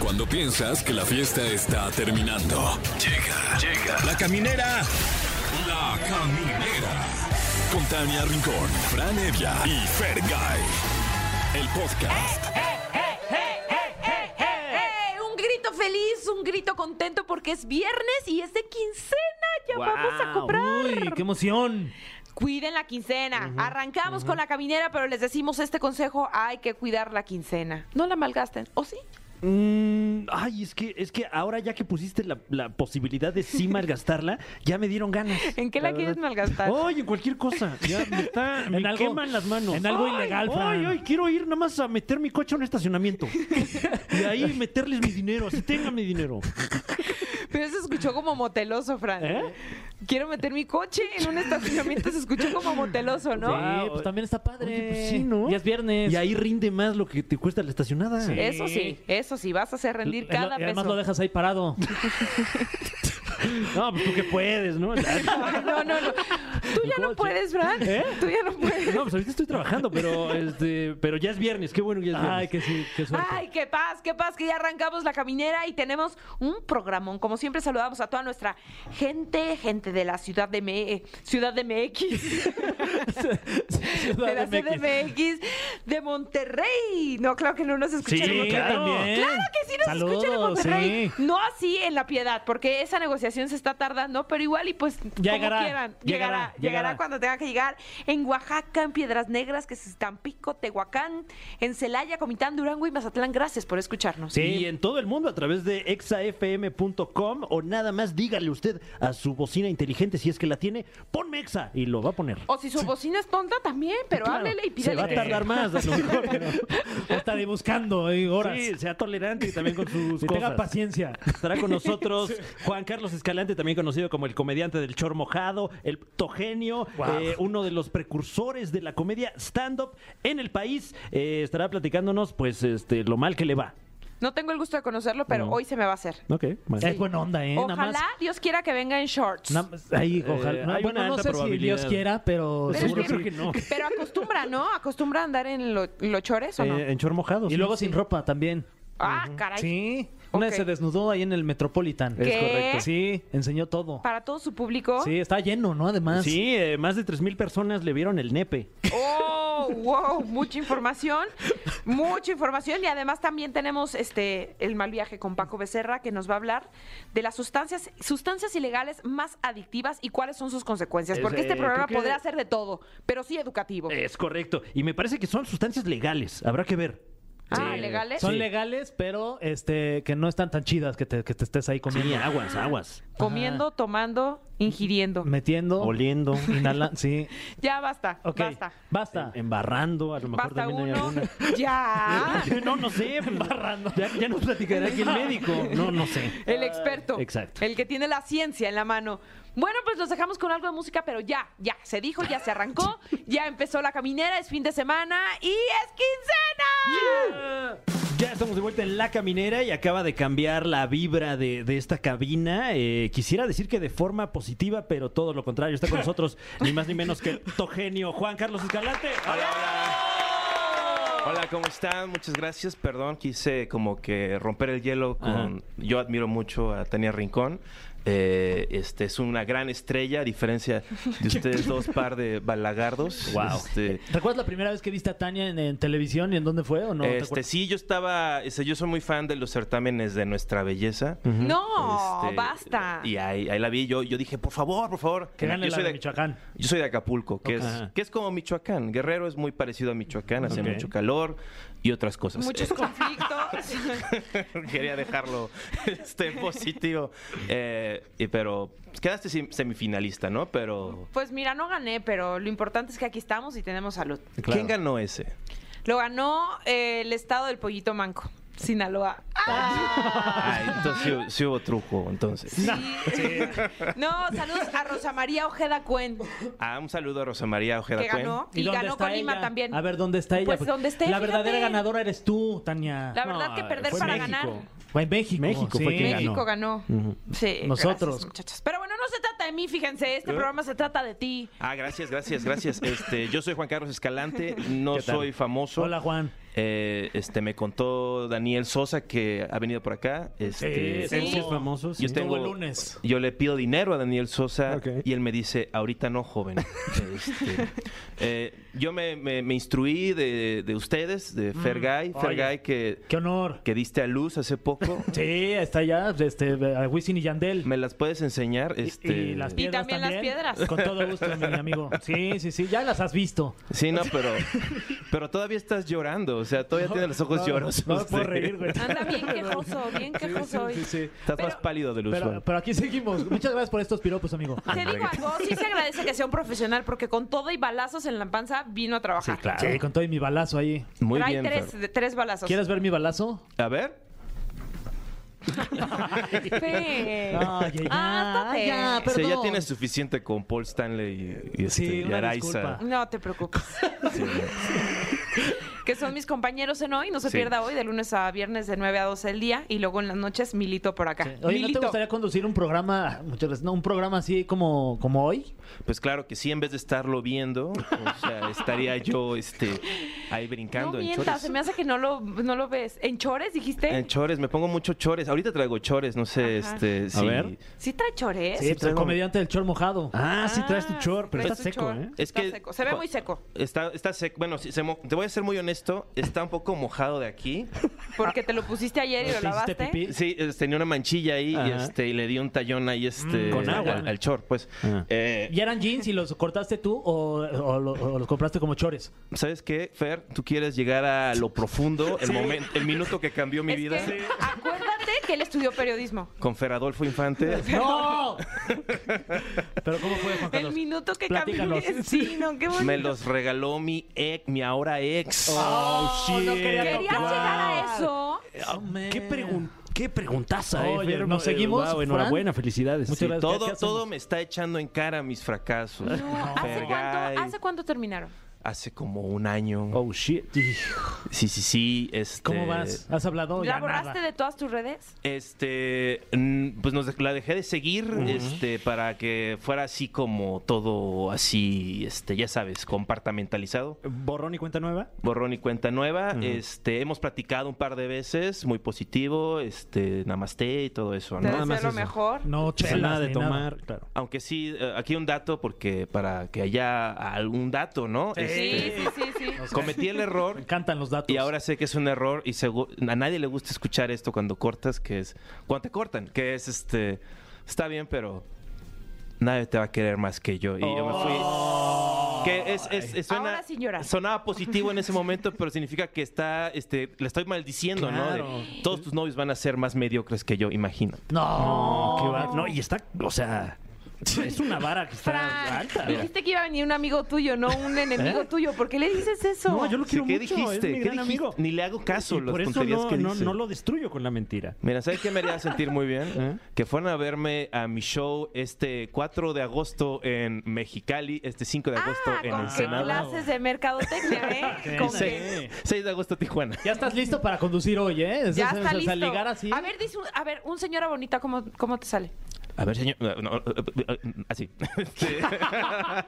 Cuando piensas que la fiesta está terminando. Llega, llega. La caminera. La caminera. Con Tania Rincón, Fran Evia y Fer El podcast. ¡Eh! Un grito feliz, un grito contento porque es viernes y es de quincena. Ya vamos a ¡Guau! comprar. ¡Uy, qué emoción! Cuiden la quincena. Arrancamos con la caminera, pero les decimos este consejo: hay que cuidar la quincena. No la malgasten, ¿o sí? Mm, ay, es que, es que ahora ya que pusiste la, la posibilidad de sí malgastarla, ya me dieron ganas. ¿En qué la quieres malgastar? Oye, en cualquier cosa. Ya me, está, me En algo- queman las manos. en algo Ay, ilegal, Ay, Fran. ay, quiero ir nada más a meter mi coche a un estacionamiento. y ahí meterles mi dinero, así tengan mi dinero. Pero se escuchó como moteloso, Fran. ¿Eh? Quiero meter mi coche en un estacionamiento. Se escuchó como moteloso, ¿no? Sí, pues también está padre. Ah, Oye, pues sí, ¿no? Ya es viernes. Y ahí rinde más lo que te cuesta la estacionada. Sí. Eso sí, eso sí, vas a hacer rendir Lo- cada y además peso. lo dejas ahí parado. No, pues tú que puedes, ¿no? No, Ay, no, no, no. Tú ya no coche. puedes, Fran. ¿Eh? Tú ya no puedes. pues ahorita estoy trabajando, pero este, pero ya es viernes, qué bueno que ya es viernes. Ay, que sí, qué suerte. Ay, qué paz, qué paz, que ya arrancamos la caminera y tenemos un programón. Como siempre, saludamos a toda nuestra gente, gente de la ciudad de, Me- eh, ciudad de MX, de Ciudad la MX. CDMX, de Monterrey. No, claro que no nos escuchan. en Sí, Monterrey. claro. también. Claro que sí nos escuchan en Saludos, Monterrey. sí. No así en La Piedad, porque esa negociación se está tardando, pero igual y pues Llegará, como quieran. Llegará, llegará, llegará, llegará. cuando tenga que llegar. En Oaxaca, en Piedras Negras, que es Tampico, Tehuacán, en Celaya, Comitán, Durango y Mazatlán. Gracias por escucharnos. Y en todo el mundo a través de exafm.com o nada más dígale usted a su bocina inteligente si es que la tiene, ponme exa y lo va a poner. O si su bocina es tonta también, Oh, pero Claro, háblele y Se pídele. va a que- tardar más, a lo mejor, pero Ya está ahí buscando eh, horas. sí, sea tolerante y también con sus que tenga cosas. paciencia. Estará con nosotros Juan Carlos Escalante, también conocido como el comediante del chor mojado, el togenio, Wow. eh, uno de los precursores de la comedia stand-up en el país. Eh, estará platicándonos, pues, este, lo mal que le va. No tengo el gusto de conocerlo, pero No. hoy se me va a hacer. Ok, bueno. Es buena onda, ¿eh? Ojalá Nada más. Dios quiera que venga en shorts. nada más- ahí, ojalá. Eh, no, hay bueno, una no alta sé si probabilidad. Dios quiera, pero Pero es seguro que- sí. Pero acostumbra, ¿no? Acostumbra a andar en lo- los chores o no. Eh, en chor mojado. Y luego sin ropa también. ah, caray. Sí. Una Ok. vez se desnudó ahí en el Metropolitan. Es ¿Qué? correcto. Sí, enseñó todo. Para todo su público. Sí, está lleno, ¿no? Además. Sí, eh, más de 3.000 personas le vieron el nepe. Oh, wow, mucha información, mucha información y además también tenemos este el mal viaje con Paco Becerra que nos va a hablar de las sustancias sustancias ilegales más adictivas y cuáles son sus consecuencias, Es, porque este eh, programa creo que- podrá ser de todo, pero sí educativo. Es correcto. Y me parece que son sustancias legales. Habrá que ver. ah, Sí. legales. Son Sí. legales, pero este que no están tan chidas que te, que te estés ahí Sí, comiendo. aguas, aguas. Comiendo, tomando, ingiriendo. Metiendo. Oliendo. Inhala. Sí. Ya basta, Ok. basta. Basta. em- Embarrando, a lo Basta mejor también hay uno. alguna. Ya. No, no sé. Embarrando. Ya, ya nos platicará aquí el médico. No, no sé. El experto. Exacto. El que tiene la ciencia en la mano. Bueno, pues los dejamos con algo de música, pero ya, ya, se dijo, ya se arrancó, ya empezó la caminera, es fin de semana y es quincena. Ya estamos de vuelta en la caminera y acaba de cambiar la vibra de, de esta cabina. Eh, quisiera decir que de forma positiva, pero todo lo contrario. Está con nosotros ni más ni menos que el togenio Juan Carlos Escalante. Hola, hola. Hola, ¿cómo están? Muchas gracias. Perdón, quise como que romper el hielo con... Ajá. Yo admiro mucho a Tania Rincón. Eh, este es una gran estrella, a diferencia de ustedes dos par de balagardos. Wow. Este, ¿Recuerdas la primera vez que viste a Tania en, en televisión y en dónde fue o no? ¿Te este, acuerdas? sí, yo estaba... este, yo soy muy fan de los certámenes de nuestra belleza. No, Este, basta. Y ahí, ahí la vi. Yo, yo dije, por favor, por favor. Que gane yo la soy de Michoacán. Yo soy de Acapulco, que, Ajá. es, que es como Michoacán. Guerrero es muy parecido a Michoacán, hace Ok. mucho calor y otras cosas. Este, Muchos conflictos. Quería dejarlo este, positivo. Eh, y pero pues, quedaste sem- semifinalista, ¿no? Pero. Pues mira, no gané, pero lo importante es que aquí estamos y tenemos salud. ¿Quién ganó ese? Lo ganó eh, el estado del pollito manco, Sinaloa. Ah, entonces sí, hu- sí hubo truco, entonces. Sí. No, saludos a Rosa María Ojeda Cuen, Ah, un saludo a Rosa María Ojeda que Cuen. ganó ¿Y y, dónde ganó está Colima ella? también. A ver, ¿dónde está ella? Pues, Porque donde esté, La fíjate. verdadera ganadora eres tú, Tania. La verdad que No, perder fue para México. ganar. O en México. México fue sí. quien México ganó. Sí. Nosotros. gracias, muchachos. Pero bueno, no se trata de mí, fíjense. Este programa se trata de ti. Ah, gracias, gracias, gracias. Este, yo soy Juan Carlos Escalante, no soy famoso. Hola, Juan. Eh, este, me contó Daniel Sosa que ha venido por acá. Este, Sí, Sí, sí. es famoso. sí. Yo tengo- Todo el lunes. Yo le pido dinero a Daniel Sosa Ok. y él me dice, ahorita no, joven. Este, eh, yo me, me- me instruí de, de ustedes, de Fergay, Mm. oye. Fergay que, ¡Qué honor! que diste a luz hace poco. Sí, está allá, este, a Wisin y Yandel. ¿Me las puedes enseñar? Este, Y las Y piedras también las piedras. Con todo gusto, mi amigo. Sí, sí, sí, ya las has visto. Sí, no, pero, pero todavía estás llorando. O sea, todavía tienes los ojos No, llorosos. No me puedo sí. reír, güey. Anda bien quejoso, bien quejoso hoy. Sí, sí. Estás más pálido del Pero, usual. pero aquí seguimos. Muchas gracias por estos piropos, amigo. Te digo algo, sí se agradece que sea un profesional porque con todo y balazos en la panza vino a trabajar. Sí, con todo y mi balazo ahí. Muy Trae bien. tres, Fer. de- tres balazos. ¿Quieres ver mi balazo? A ver. Fe. No, ya, Eh, Ah, está bien. perdón. Sí, ya tienes suficiente con Paul Stanley y, y, este, Sí, y una Araiza. No te preocupes. que son mis compañeros en hoy. No se Sí. pierda hoy, de lunes a viernes, de 9 a 12 del día. Y luego en las noches, Milito por acá. Oye, ¿no te Milito. gustaría conducir un programa, muchas gracias, no, un programa así como, como hoy? Pues claro que sí, en vez de estarlo viendo, o sea, estaría yo este, ahí no brincando en mientas, chores. se me hace que no lo, no lo ves. ¿En chores dijiste? En chores, me pongo mucho chores. Ahorita traigo chores, no sé, Ajá. este, A ver. ¿Sí trae chores? Sí, pues, el comediante del chor mojado. Ah, sí, traes tu Ah, short, pero traes está tu seco, short. ¿eh? Es Está que- seco. Se ve muy seco. Está, está sec, bueno, sí, se mo- te voy a ser muy honesto, está un poco mojado de aquí. Porque te lo pusiste ayer y ¿Te lo hiciste lavaste. pipí? Sí, es- tenía una manchilla ahí y, Ajá. este, y le di un tallón ahí este, Mm, con agua. Al, al chor, pues. Ah. Eh, ¿Y eran jeans y los cortaste tú o, o lo- o los compraste como chores? ¿Sabes qué, Fer? Tú quieres llegar a lo profundo, el momento, el minuto que cambió mi Es vida que acuérdate que él estudió periodismo. con Fer Adolfo Infante. ¡No! Pero ¿cómo fue, Juan El Carlos? minuto que cambió. mi- Platícanos. Sí, no, qué bonito. Me los regaló mi ex, mi ahora ex. Oh, no quería ¿Querías Wow. llegar a eso? Eh. ¿Qué, pregun- qué preguntaza, eh, Oye, Fer? ¿nos seguimos, Guau, Fran? enhorabuena, felicidades. Muchas Sí, gracias. ¿Qué- todo, qué hacemos? todo me está echando en cara mis fracasos. ¿Hace cuánto, Fergay, ¿Hace cuánto terminaron? hace como un año. Oh, shit. Hijo. Sí, sí, sí. Este, ¿Cómo vas? ¿Has hablado? ¿La Ya borraste nada. de todas tus redes? Este, mm, pues nos de- la dejé de seguir, este, para que fuera así como todo así, este, ya sabes, compartamentalizado. ¿Borrón y cuenta nueva? Borrón y cuenta nueva. Este, hemos platicado un par de veces, muy positivo, este, namaste y todo eso, Te ¿no? deseo más lo eso. mejor. No, O sea, chelas, nada de ni tomar, claro. Aunque sí, eh, aquí un dato, porque para que haya algún dato, ¿no? Sí, eh, Este, sí, sí, sí. cometí el Me error encantan los datos. y ahora sé que es un error y segu- a nadie le gusta escuchar esto cuando cortas, que es... Cuando te cortan, que es este... Está bien, pero... Nadie te va a querer más que yo. Y yo me fui... Oh. Que es, es- es- suena- Ahora sin llorar. sonaba positivo en ese momento, pero significa que está, este, le estoy maldiciendo, ¿no? Claro. De, todos tus novios van a ser más mediocres que yo, imagino. No, No, qué va- No, y está, o sea, es una vara que está Fran, alta. dijiste que iba a venir un amigo tuyo, no un ¿Eh? enemigo tuyo. ¿Por qué le dices eso? No, yo lo quiero Sí, mucho, ¿Qué dijiste? es mi ¿Qué gran dijiste? amigo. Ni le hago caso Y las por eso tonterías no, que no, dice. no lo destruyo con la mentira. Mira, ¿sabes qué me haría sentir muy bien? ¿Eh? Que fueran a verme a mi show este 4 de agosto en Mexicali, este 5 de agosto ah, en con que Ensenada. clases de mercadotecnia, ¿eh? Sí, Con Y sí. que- 6, 6 de agosto Tijuana. Ya estás listo para conducir hoy, ¿eh? Ya O sea, está o sea, listo. ligar así. A ver, dice un, a ver, un señora bonita, ¿cómo, cómo te sale? A ver, señor. no, no, así. Este,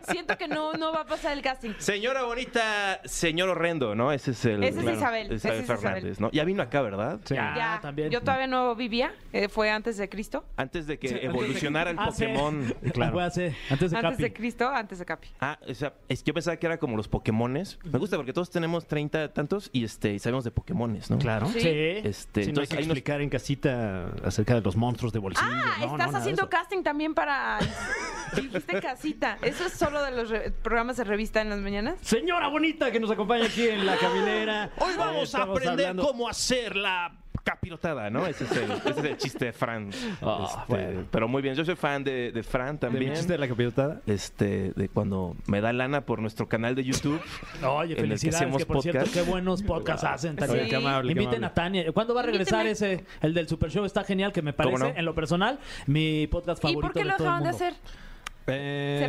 Siento que no, no va a pasar el casting. Señora bonita, señor horrendo, ¿no? Ese es el. Ese es Isabel, ese es Fernández, Isabel. ¿no? Ya vino acá, ¿verdad? Ya, Ya, Ah, también. Yo todavía no vivía, eh, fue antes de Cristo. Antes de que evolucionara el Ah, sí. Pokémon. Ah, voy a hacer Antes de Antes Capi. de Cristo, antes de Capi. Ah, o sea, es- yo pensaba que era como los Pokémones. Me gusta porque todos tenemos 30 tantos y este y sabemos de Pokémones, ¿no? Claro. Sí. Este, Sí, no hay entonces que ahí nos- explicar en casita acerca de los monstruos de bolsillo. Ah, no, no, estás nada de haciendo eso. casting también para. Dijiste casita. ¿Eso es solo de los re- programas de revista en las mañanas? Señora bonita que nos acompaña aquí en Ah, la caminera. Hoy Eh, vamos a estamos aprender hablando- cómo hacer la capirotada, ¿no? Ese es el, ese es el chiste de Fran. Este, Ah, bueno. Pero muy bien, yo soy fan de, de Fran ¿De mi también. chiste de la capirotada? Este, de cuando me da lana por nuestro canal de YouTube. Oye, en el que felicidades, que, hacemos por cierto, podcast. qué buenos podcasts hacen también. Oye, qué amable, qué Inviten amable. a Tania. ¿Cuándo va a regresar ese? El del Super Show está genial, que me parece, ¿Cómo no? en lo personal, mi podcast ¿Y favorito. por qué lo de todo dejaban el de mundo. hacer? ¿Se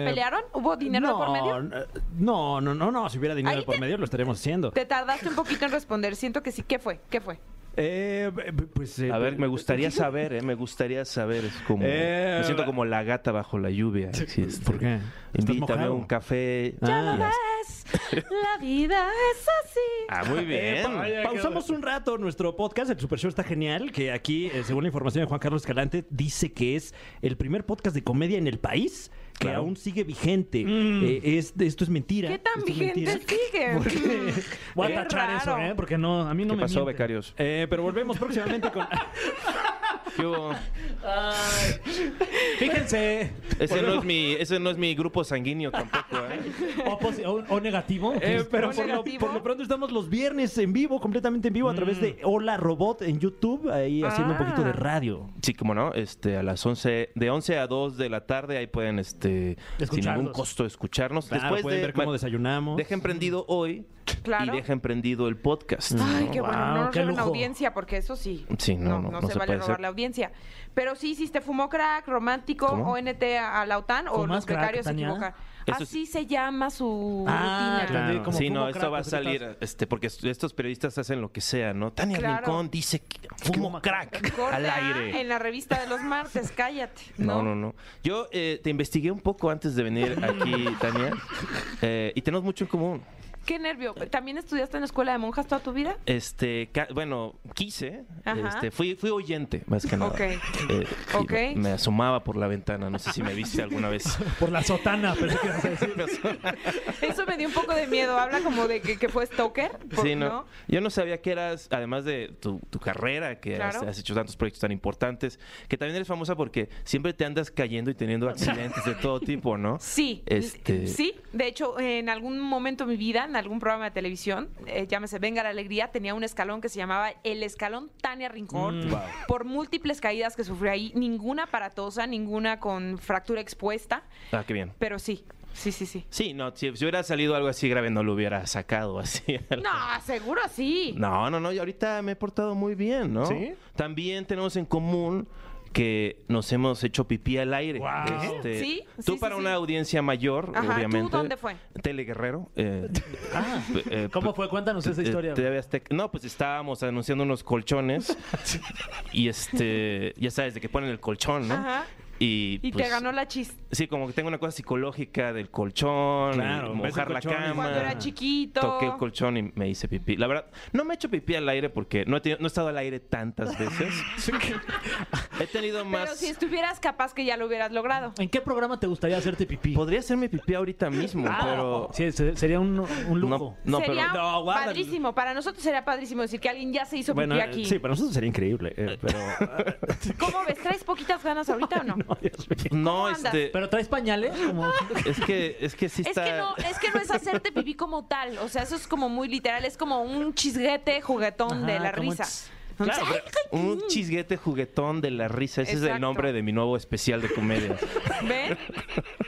pelearon? ¿Hubo dinero de Eh, no, por medio? eh, No, no, no, no. Si hubiera dinero Ahí de por te- medio, lo estaríamos haciendo. Te tardaste un poquito en responder. Siento que sí. ¿Qué fue? ¿Qué fue? Eh, b- b- pues, eh, A ver, me gustaría fíjate- saber, ¿eh? Me gustaría saber. Es como. Eh, me siento como la gata bajo la lluvia. Sí, este, ¿Por qué? ¿Estás Invítame a mojado? un café. Ah, y hasta- es. La vida es así. Ah, muy bien. Epa, Pausamos un rato nuestro podcast. El Super Show está genial. Que aquí, eh, según la información de Juan Carlos Escalante, dice que es el primer podcast de comedia en el país que Claro. aún sigue vigente. Eh, es, esto es mentira. ¿Qué tan Esto es vigente mentira. sigue? Mm. Porque- Voy Qué a tachar eso, raro. ¿eh? Porque no, a mí no ¿Qué me pasó, mienten. becarios? Eh, pero volvemos próximamente con. ¿Qué hubo? Fíjense. Ese no, es mi, ese no es mi grupo sanguíneo tampoco, ¿eh? O, posi- o- o negativo. Eh, pero ¿Un por lo, negativo? por lo pronto estamos los viernes en vivo, completamente en vivo, a través de Hola Robot en YouTube, ahí haciendo un Ah. poquito de radio. Sí, como no, este, a las 11, de 11 a 2 de la tarde, ahí pueden, este, sin Escucharnos. ningún costo, escucharnos. Claro, pueden ver cómo desayunamos. Dejen prendido hoy Claro. y dejen prendido el podcast. Ay, ¿no? qué bueno, Wow, no nos qué roben lujo. audiencia, porque eso sí. Sí, no, no, no se, se vale puede robar hacer. la audiencia. Pero sí hiciste Fumo Crack, Romántico, ¿Cómo? ONT a la OTAN o ¿Fumas los crack, becarios se Tania? Ah, equivocan. Eso Así se llama su rutina. claro. Entendí, como sí, fumo no, esto crack, va a así que estás- salir, este, porque est- estos periodistas hacen lo que sea, ¿no? Tania Claro. Rincón dice que fumo Fuma crack Corte al A aire. En la revista de los martes, cállate. No, no, no. Yo eh, te investigué un poco antes de venir aquí, Tania, eh, y tenemos mucho en común. Qué nervio. ¿También estudiaste en la escuela de monjas toda tu vida? Este, ca- bueno, quise, Ajá. este, fui, fui oyente, más que nada. Ok. Eh, y Ok. me- Me asomaba por la ventana, no sé si me viste alguna vez. Por la sotana. Pero Me asomaba. Eso me dio un poco de miedo. Habla como de que, que fue stalker. por- Sí, no. ¿no? Yo no sabía que eras, además de tu, tu carrera, que has- has, Claro. hecho tantos proyectos tan importantes, que también eres famosa porque siempre te andas cayendo y teniendo accidentes de todo tipo, ¿no? Sí, Este- sí. De hecho, en algún momento de mi vida, en algún programa de televisión, eh, llámese Venga la Alegría, tenía un escalón que se llamaba el escalón Tania Mm, Rincón. Por múltiples caídas que sufrí ahí, ninguna aparatosa, ninguna con fractura expuesta, Ah, qué bien. pero sí, sí, sí, sí. Sí, no, si, si hubiera salido algo así grave no lo hubiera sacado así. No, seguro sí. No, no, no, y ahorita me he portado muy bien, ¿no? ¿Sí? También tenemos en común que nos hemos hecho pipí al aire. Guau. Este, Sí, Tú sí, para sí, una sí. audiencia mayor, Ajá, ¿tú obviamente. dónde fue? Tele Guerrero. eh, p- eh, Ah, ¿Cómo fue? Cuéntanos esa Eh, historia. TV Azteca. No, pues estábamos anunciando unos colchones. y este, ya sabes, de que ponen el colchón, ¿no? Ajá. Y, Y pues, te ganó la chis. Sí, como que tengo una cosa psicológica del colchón, Claro, y ves el mojar la colchón y- cama. Cuando era chiquito. Toqué el colchón y me hice pipí. La verdad, no me he hecho pipí al aire porque no he, tenido- no he estado al aire tantas veces. he tenido más. Pero si estuvieras capaz que ya lo hubieras logrado. ¿En qué programa te gustaría hacerte pipí? Podría hacerme pipí ahorita mismo, pero. Sí, se- sería un, un lujo. No, pero- Ah. sería No, guárdalo. padrísimo. Para nosotros sería padrísimo decir que alguien ya se hizo pipí Bueno, eh, aquí. sí, para nosotros sería increíble, eh, pero... ¿Cómo ves? ¿Traes poquitas ganas ahorita o no? No, andas? este. ¿Pero traes pañales? Como... Es que, es que sí Es está. que, no, es que no es hacerte pipí como tal, o sea, eso es como muy literal, es como un chisguete juguetón de Ajá, la como risa. ch- Claro, pero un chisguete juguetón de la risa. Ese es Exacto. el nombre de mi nuevo especial de comedia. ¿Ven?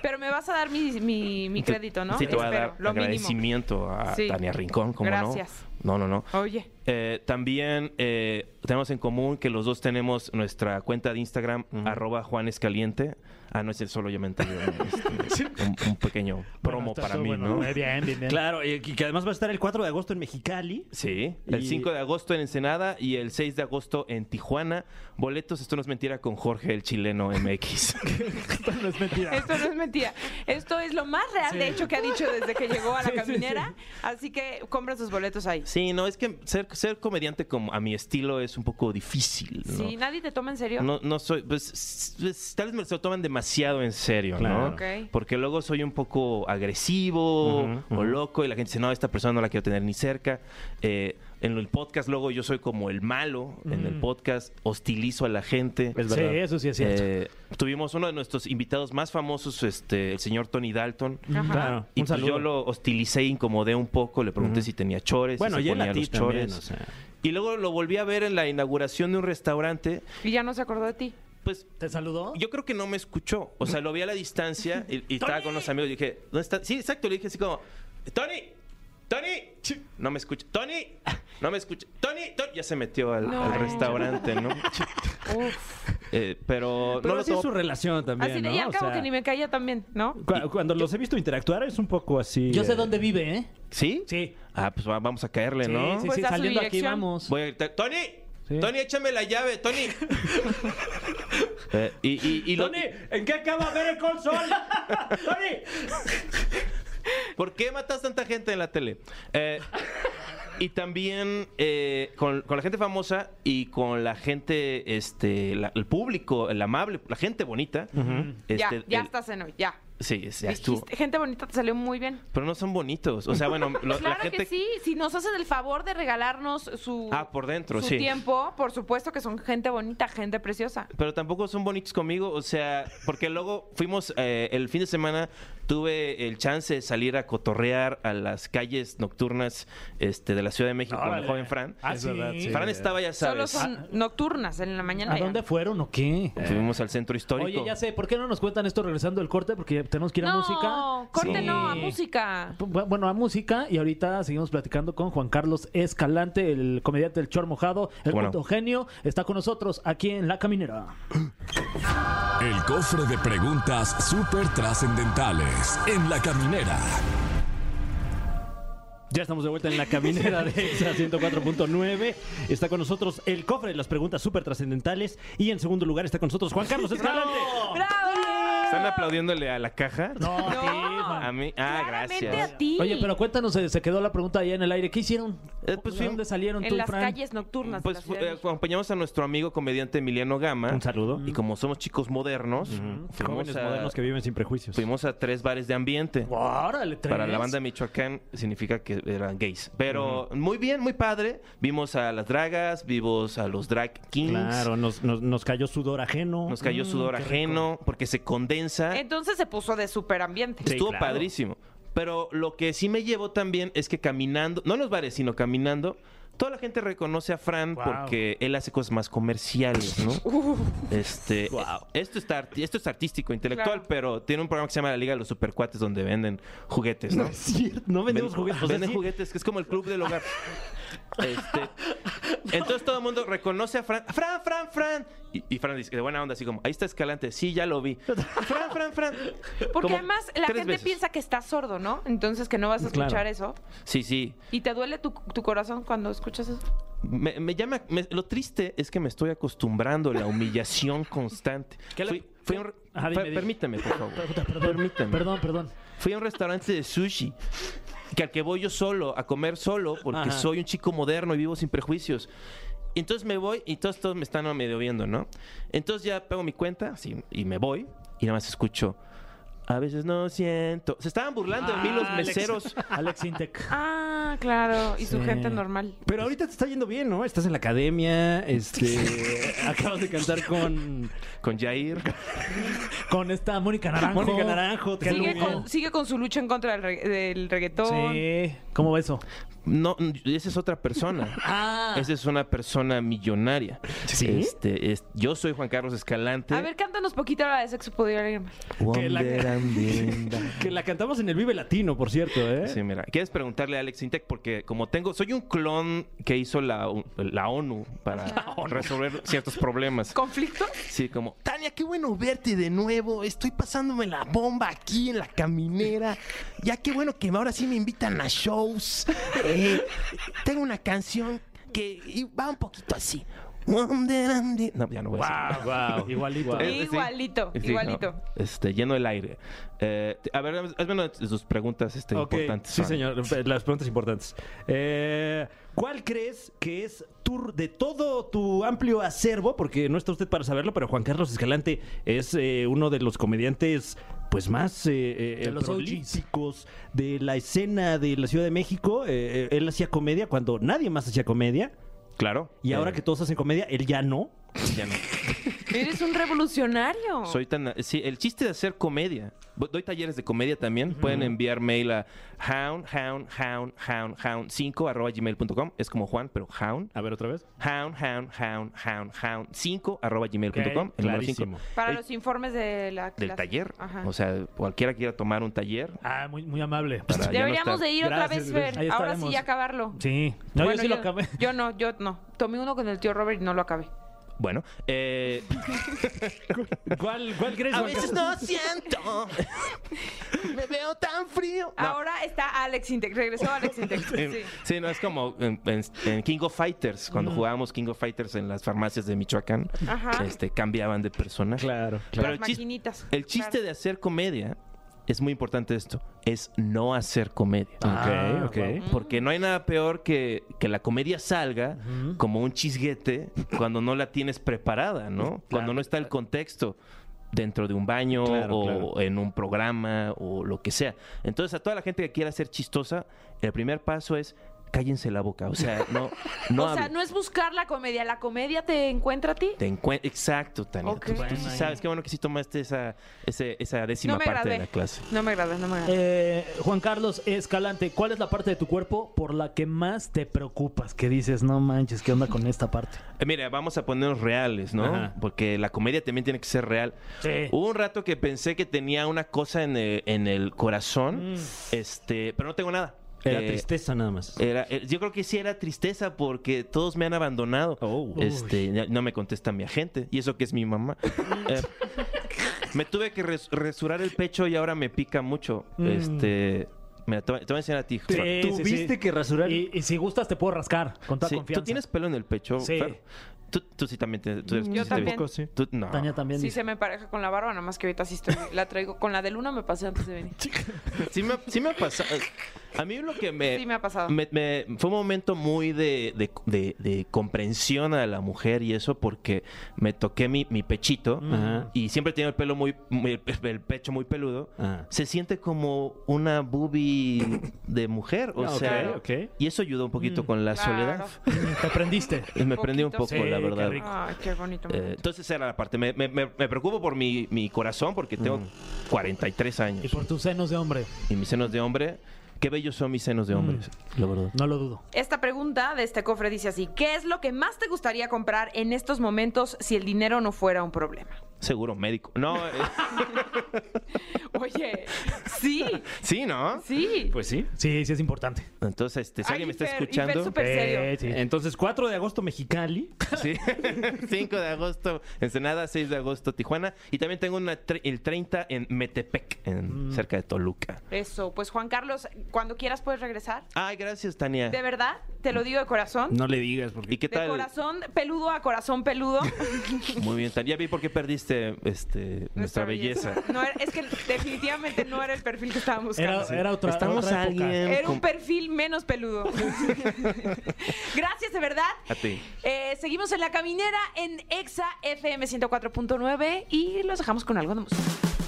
Pero me vas a dar mi, mi- mi crédito, ¿no? Sí, te voy a Espero, dar lo mínimo. agradecimiento a Sí. Tania Rincón, como Gracias. no. No, no, no. Oye, Eh, también eh, tenemos en común que los dos tenemos nuestra cuenta de Instagram, arroba Juan Escaliente. Ah, no es el solo yo me enteré, este, un, un pequeño Bueno, promo para está mí, bueno, ¿no? eh, Bien, bien, bien. claro, y que que además va a estar el 4 de agosto en Mexicali. Sí, el Y- 5 de agosto en Ensenada y el 6 de agosto en Tijuana. Boletos, esto no es mentira, con Jorge el chileno MX. Esto no es mentira. esto no es mentira. Esto es lo más real, de hecho, que ha dicho desde que llegó a la caminera. Así que compra sus boletos ahí. Sí, no, es que ser, ser comediante como a mi estilo es un poco difícil, ¿no? Sí, nadie te toma en serio. No, no soy, pues, s- pues, tal vez me lo toman demasiado en serio, Claro. ¿no? Ok. Porque luego soy un poco agresivo Ujú, o ujú. loco y la gente dice, no, esta persona no la quiero tener ni cerca. Eh, en el podcast luego yo soy como el malo, en el podcast hostilizo a la gente. Mm. Es Sí, verdad. eso sí es cierto. Eh, tuvimos uno de nuestros invitados más famosos, este, el señor Tony Dalton. Ajá. Claro, Y un pues saludo. yo lo hostilicé, incomodé un poco, le pregunté si tenía chores, Bueno, si y se él ponía a ti los también, chores. o sea. Y luego lo volví a ver en la inauguración de un restaurante. Y ya no se acordó de ti. Pues ¿Te saludó? yo creo que no me escuchó. O sea, lo vi a la distancia y, y estaba con los amigos. Y dije, ¿dónde está? Sí, exacto. Le dije así como, ¡Tony! ¡Tony! No me escucha. ¡Tony! No me escucha. ¡Tony! Tony". Ya se metió al, No. al restaurante, ¿no? Uf. Eh, pero, Pero no lo así es su tomo. relación también, Así de, ¿no? y al O cabo sea, que ni me caía también, ¿no? cu- Cuando los he visto interactuar es un poco así... Yo sé eh, dónde vive, ¿eh? ¿Sí? Sí. Ah, pues va- vamos a caerle, ¿no? Sí, sí, Pues sí, da su saliendo aquí dirección. vamos. Voy a gritar, ¡Tony! Sí. ¡Tony, échame la llave! ¡Tony! Eh, y, y, y lo- Tony, ¿en qué acaba ver el console? Tony. ¿Por qué matas tanta gente en la tele? Eh, y también eh, con, con la gente famosa y con la gente, este, la- el público, el amable, la gente bonita. ya, este, ya el- estás en hoy, ya. Sí, es- ya Dijiste, estuvo. gente bonita te salió muy bien. Pero no son bonitos. O sea, bueno, lo- la claro gente. que sí, si nos hacen el favor de regalarnos su, Ah, por dentro, su sí. tiempo, por supuesto que son gente bonita, gente preciosa. Pero tampoco son bonitos conmigo, o sea, porque luego fuimos, eh, el fin de semana tuve el chance de salir a cotorrear a las calles nocturnas este, de la Ciudad de México con el Órale. joven Fran. Ah, Es sí. verdad, sí. Fran estaba, ya Solo sabes, Ah. son nocturnas en la mañana. ¿A ya. dónde fueron o qué? fuimos al centro histórico. Oye, ya sé, ¿por qué no nos cuentan esto regresando del corte? Porque tenemos que ir a no, música. corte Sí. no, a música. Bu- Bueno, a música y ahorita seguimos platicando con Juan Carlos Escalante, el comediante del Chor Mojado, el Bueno. punto genio, está con nosotros aquí en La Caminera. El cofre de preguntas súper trascendentales en la caminera. Ya estamos de vuelta en la caminera de EXA 104.9. Está con nosotros el cofre de las preguntas súper trascendentales. Y en segundo lugar está con nosotros Juan Carlos Escalante. ¡Bravo! ¿Están aplaudiéndole a la caja? No, No. A mí, ah, Claramente gracias. a ti. Oye, pero cuéntanos, eh, se quedó la pregunta allá en el aire. ¿Qué hicieron? Eh, pues, ¿De sí. dónde salieron tú, en las Fran? calles nocturnas. de la Pues Ciudad de eh, México. acompañamos a nuestro amigo comediante Emiliano Gama. Un saludo. Y como somos chicos modernos, fuimos, Jóvenes a, modernos que viven sin prejuicios. fuimos a tres bares de ambiente. Órale, tres. Para la banda de Michoacán significa que eran gays. Pero muy bien, muy padre. Vimos a las dragas, vimos a los drag kings. Claro, nos, nos- nos cayó sudor ajeno. Nos cayó Mm, sudor qué rico. ajeno porque se condensa. Entonces se puso de superambiente. Sí. Estuvo claro. padrísimo. Pero lo que sí me llevó también es que caminando, no en los bares, sino caminando, toda la gente reconoce a Fran Wow. porque él hace cosas más comerciales, ¿no? Este, esto, está, arti- esto es artístico, intelectual, Claro. pero tiene un programa que se llama La Liga de los Supercuates donde venden juguetes, ¿no? No es cierto, no vendemos Ven- juguetes. O sea, Venden sí, juguetes, que es como el club del hogar. Este, Entonces todo el mundo reconoce a Fran. ¡Fran, Fran, Fran! Y, y Fran dice, de buena onda, así como, ahí está Escalante. Sí, ya lo vi. ¡Fran, Fran, Fran! Porque Como además la tres gente veces. piensa que estás sordo, ¿no? Entonces que no vas a escuchar Claro. eso. Sí, sí. ¿Y te duele tu, tu corazón cuando escuchas eso? Me, me llama, me- lo triste es que me estoy acostumbrando a la humillación constante. ¿Qué le- Fui- fui a un re- Ajá, dime, per- dime. permíteme, por favor. Puta, Perdón, Permítame. perdón, perdón. Fui a un restaurante de sushi. Que al que voy yo solo, a comer solo, porque Ajá. soy un chico moderno y vivo sin prejuicios. Y Entonces me voy y todos, todos me están medio viendo, ¿no? Entonces ya pago mi cuenta así, y me voy y nada más escucho. A veces no siento. Se estaban burlando de mí los Ah, Alex- meseros. Alex Intec. Ah, claro. Y su Sí. gente normal. Pero ahorita te está yendo bien, ¿no? Estás en la academia, este, acabas de cantar con Con Jair. Con esta Mónica Naranjo. Mónica Naranjo. te Sigue saludo. con, sigue con su lucha en contra del, re- del reggaetón. Sí. ¿Cómo va eso? No, esa es otra persona. Ah. Esa es una persona millonaria. ¿Sí? Este, es- yo soy Juan Carlos Escalante. A ver, cántanos poquito ahora de sexo podría irme. Wonder que la- and Linda. Que la cantamos en el Vive Latino, por cierto, ¿eh? Sí, mira. ¿Quieres preguntarle a Alex Intec? Porque como tengo... Soy un clon que hizo la, U- la ONU para resolver ciertos problemas. ¿Conflicto? Sí, como... Tania, qué bueno verte de nuevo. Estoy pasándome la bomba aquí en la caminera. Ya qué bueno que ahora sí me invitan a shows. Eh, tengo una canción que y va un poquito así. Wonder and Lin- No, ya no voy a Ah, hacer. wow. Igualito. Wow. Eh, sí. Igualito, Sí, igualito. no, este, lleno el aire. Eh, a ver, hazme una de sus preguntas este, Ok, importantes. Sí, Fran. señor. Las preguntas importantes. Eh, ¿Cuál crees que es tu, de todo tu amplio acervo? Porque no está usted para saberlo, pero Juan Carlos Escalante es eh, uno de los comediantes pues más eh, eh, De los prolíficos de la escena de la Ciudad de México. Eh, eh, él hacía comedia cuando nadie más hacía comedia. Claro. Y ahora Eh, que todos hacen comedia, él ya no. ya no. Eres un revolucionario. Soy tan. Sí, el chiste de hacer comedia. Bo- Doy talleres de comedia también. Pueden enviar mail a hound, hound, hound, hound, hound 5 arroba gmail.com. Es como Juan, pero hound. A ver, otra vez. Hound, hound, hound, hound, hound 5 arroba gmail.com. Ok, el número 5. clarísimo. Para los informes de la Del clase. taller. Ajá. O sea, cualquiera que quiera tomar un taller. Ah, muy, muy amable. para ya no Deberíamos estar- de ir otra Gracias, vez, Fer. ahí Ahora sí estaremos. ya acabarlo. Sí. No, Bueno, yo sí lo acabé. yo no, yo no. Tomé uno con el tío Robert y no lo acabé. Bueno, eh, ¿Cuál, cuál crees? a Juan veces Carlos? no siento. Me veo tan frío. No. Ahora está Alex Intec. Regresó Alex Intec. Sí. Sí. Mm. no, es como en, en- en King of Fighters, cuando jugábamos King of Fighters en las farmacias de Michoacán, Ajá. este, cambiaban de personaje. Claro. Pero Las el chis- maquinitas. el chiste Claro. de hacer comedia es muy importante esto, es no hacer comedia. Ah, ok, wow. Mm. ok. Porque no hay nada peor que, que la comedia salga como un chisguete cuando no la tienes preparada, ¿no? Cuando no está el contexto dentro de un baño Claro, o claro. en un programa o lo que sea. Entonces, a toda la gente que quiera ser chistosa, el primer paso es cállense la boca. O sea, no, no o sea, hablen. no es buscar la comedia, la comedia te encuentra a ti. Te encuen- Exacto, Tania. Ok. Tú, tú sí sabes, qué bueno que sí tomaste esa, ese- esa décima No me parte de gradué. la clase. No me agrada, no me agrada. Eh, Juan Carlos Escalante, ¿cuál es la parte de tu cuerpo por la que más te preocupas? Que dices, no manches, ¿qué onda con esta parte? Eh, mira, vamos a ponernos reales, ¿no? Ajá. Porque la comedia también tiene que ser real. Sí. Hubo un rato que pensé que tenía una cosa en el, en el corazón, este, pero no tengo nada. Mm. Era Eh, tristeza nada más. era- eh, yo creo que sí era tristeza porque todos me han abandonado. Oh. Este, ya- no me contesta mi agente. Y eso que es mi mamá. Mm. Eh, me tuve que res- resurar el pecho y ahora me pica mucho. Mm. Este. Mira, te, voy te voy a enseñar a ti. Sí, Fer. sí, Tuviste sí. que rasurar. Y, y si gustas, te puedo rascar con toda Sí, confianza. ¿Tú tienes pelo en el pecho? Sí. Fer? Tú, tú sí también. te- tú eres- Yo sí te- también. Poco, sí. tú- no. Tania también. Ah. Sí dice. se me pareja con la barba, nada más que ahorita sí estoy, la traigo con la del uno me pasé antes de venir. Sí me, sí me ha pasado. A mí lo que me... Sí me ha pasado. Eh, me- me- fue un momento muy de, de- de- de comprensión a la mujer y eso porque me toqué mi, mi pechito Ajá. y siempre he tenido el pelo muy, muy- el pecho muy peludo. Ah. Se siente como una boobie de mujer, o Ah, ok, sea, ok. Mm. y eso ayudó un poquito con la Claro. soledad. Eh, Te prendiste. Me prendí un poco, Poquito. Sí, la qué verdad. rico. Ay, qué bonito. me Eh, gusta. entonces era la parte. Me, me- me- me preocupo por mi, mi corazón porque tengo Mm. 43 años. Y por tus senos de hombre, Y mis senos de hombre, qué bellos son mis senos de hombres. Mm, La verdad. no lo dudo. Esta pregunta de este cofre dice así, ¿qué es lo que más te gustaría comprar en estos momentos si el dinero no fuera un problema? Seguro médico. No, eh, Oye, sí, sí, ¿no? sí. Pues sí. Sí, sí es importante. Entonces, este, si Ay, alguien me está Fer, y Fer escuchando, súper serio. Eh, sí. Entonces, 4 de agosto, Mexicali. sí. 5 de agosto, Ensenada, 6 de agosto, Tijuana. Y también tengo una tre- el 30 en Metepec, en, cerca de Toluca. Eso, pues Juan Carlos, cuando quieras puedes regresar. Ay, gracias, Tania. De verdad, te lo digo de corazón. No le digas ¿Y porque. Eh. qué De tal? corazón peludo a corazón peludo. Muy bien, Tania. Ya vi por qué perdiste este, nuestra, belleza. No era- es que definitivamente no era el perfil que estábamos buscando. Era, era otra, Estamos otra época. alguien. Era un con- perfil menos peludo. Gracias, de verdad. A ti. Eh, seguimos en la caminera en Exa FM 104.9 y los dejamos con algo de música.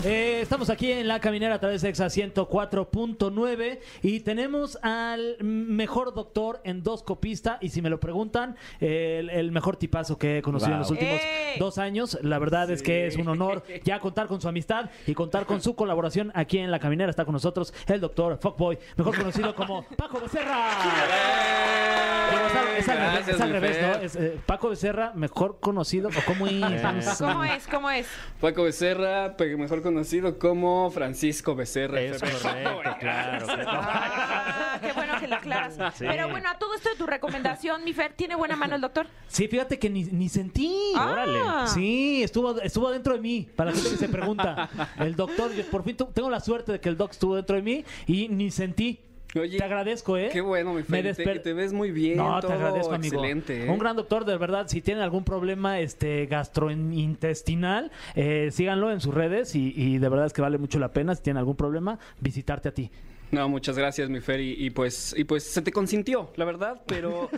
Eh, estamos aquí en la caminera a través de Exa 104.9 y tenemos al mejor doctor endoscopista y si me lo preguntan, el, el mejor tipazo que he conocido en los Wow. últimos ¡Ey! dos años. La verdad es que es un honor ya contar con su amistad y contar con su colaboración aquí en la caminera. Está con nosotros el doctor Fuckboy, mejor conocido como Paco Becerra. Digo, es al- es al revés, es al revés, ¿no? Es, eh, Paco Becerra, mejor conocido, ¿o cómo es? ¿Cómo es? ¿Cómo es? Paco Becerra, pe- mejor conocido como Francisco Becerra. Es FB. correcto, claro. Ah, qué bueno que lo aclaras. Sí. Pero bueno, a todo esto de tu recomendación, mi Fer, ¿tiene buena mano el doctor? Sí, fíjate que ni, ni sentí. Ah. Órale. Sí, estuvo, estuvo dentro de mí. Para la gente que se pregunta, el doctor, yo por fin tu- tengo la suerte de que el doc estuvo dentro de mí y ni sentí. Oye, te agradezco, ¿eh? Qué bueno, mi Me Fer, y te- desper- y te ves muy bien, No, te todo agradezco, amigo. excelente, ¿eh? Un gran doctor, de verdad. Si tienen algún problema este, gastrointestinal, eh, síganlo en sus redes y, y de verdad es que vale mucho la pena, si tienen algún problema, visitarte a ti. No, muchas gracias, mi Fer. Y, y pues, y pues se te consintió, la verdad, pero,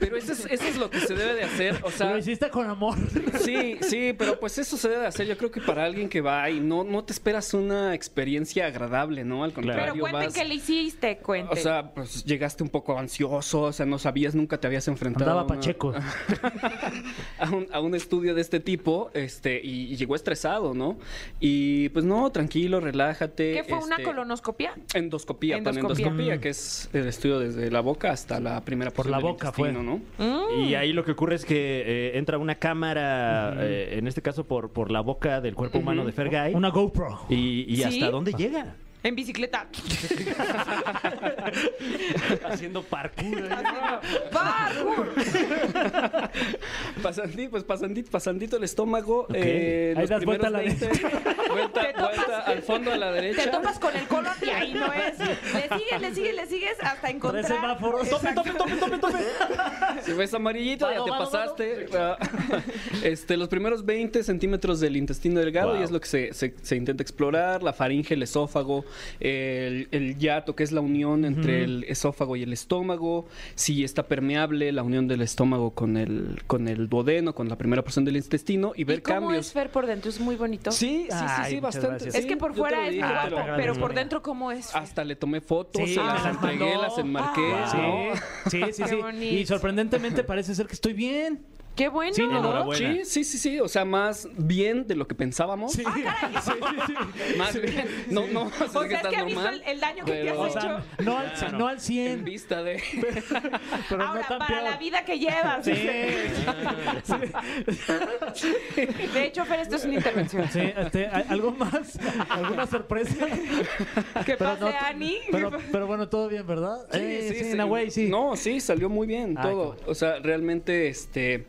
pero eso, es, eso es lo que se debe de hacer. O sea, Lo hiciste con amor. Sí, sí, pero pues eso se debe de hacer. Yo creo que para alguien que va y no, no te esperas una experiencia agradable, ¿no? Al contrario, Pero cuenten vas- qué le hiciste, O cuenten. sea, pues llegaste un poco ansioso, o sea, no sabías, nunca te habías enfrentado Andaba a una- Pacheco. a, un, a un estudio de este tipo, este, y, y llegó estresado, ¿no? Y pues no, tranquilo, relájate. ¿Qué fue una este, colonoscopia? Endoscopía, tan Endoscopía. endoscopía, que es el estudio desde la boca hasta la primera Mm. Por porción la del boca fue. intestino, ¿no? Y ahí lo que ocurre es que eh, entra una cámara, eh, en este caso por, por la boca del cuerpo humano de Fergay. Una GoPro. Y, y ¿Sí? hasta dónde llega. En bicicleta. Haciendo parkour. ¡Parkour! Pasandito, pues pasandito, pasandito el estómago. eh, Ahí los das vuelta primeros a la 20, Te vuelta, topas- vuelta al fondo a la derecha. Te topas con el color y ahí no es. Le sigues, le sigues, le sigues hasta encontrar. Tres semáforos. Exacto. Tope, tope, tope, tope, tope. Si ves amarillito, Vado, ya te vado, pasaste. Este, los primeros 20 centímetros del intestino delgado Wow. y es lo que se, se- se intenta explorar. La faringe, el esófago, el, el hiato, que es la unión entre el esófago y el estómago. Si está permeable, la unión del estómago con el, con el duodeno, con la primera porción del intestino y ver ¿Y cómo cambios. es Fer por dentro? ¿Es muy bonito? Sí, sí, sí, Ay, sí, muchas bastante. gracias. Es que Sí, por yo te fuera lo Ah, es dije, Ah, guapo, pero te agradezco, pero por amiga. dentro ¿cómo es? Fer? Hasta le tomé fotos, Sí, se me las las entregué, mandó. las enmarqué. Ah, Sí, ¿no? sí, sí, Qué sí. bonito. Y sorprendentemente parece ser que estoy bien. ¡Qué bueno! Sí, enhorabuena. Sí, sí, sí, sí. O sea, más bien de lo que pensábamos. Sí, sí, sí. Más bien. No, no, Ah, O sea, es estás que has visto normal, el, el daño que te has pero- O sea, hecho. no al, no al En 100, vista de. pero Ahora, no tan para peor. la vida que llevas. Sí, De hecho, Fer, esto es una intervención. sí, este, ¿al- ¿algo más? ¿Alguna sorpresa? Que Pero pase no- Ani. Pero, pero bueno, todo bien, ¿verdad? Eh, sí, en Hawái, sí. No, sí, salió muy bien Ah, Ay, qué todo. bueno. O sea, realmente, este.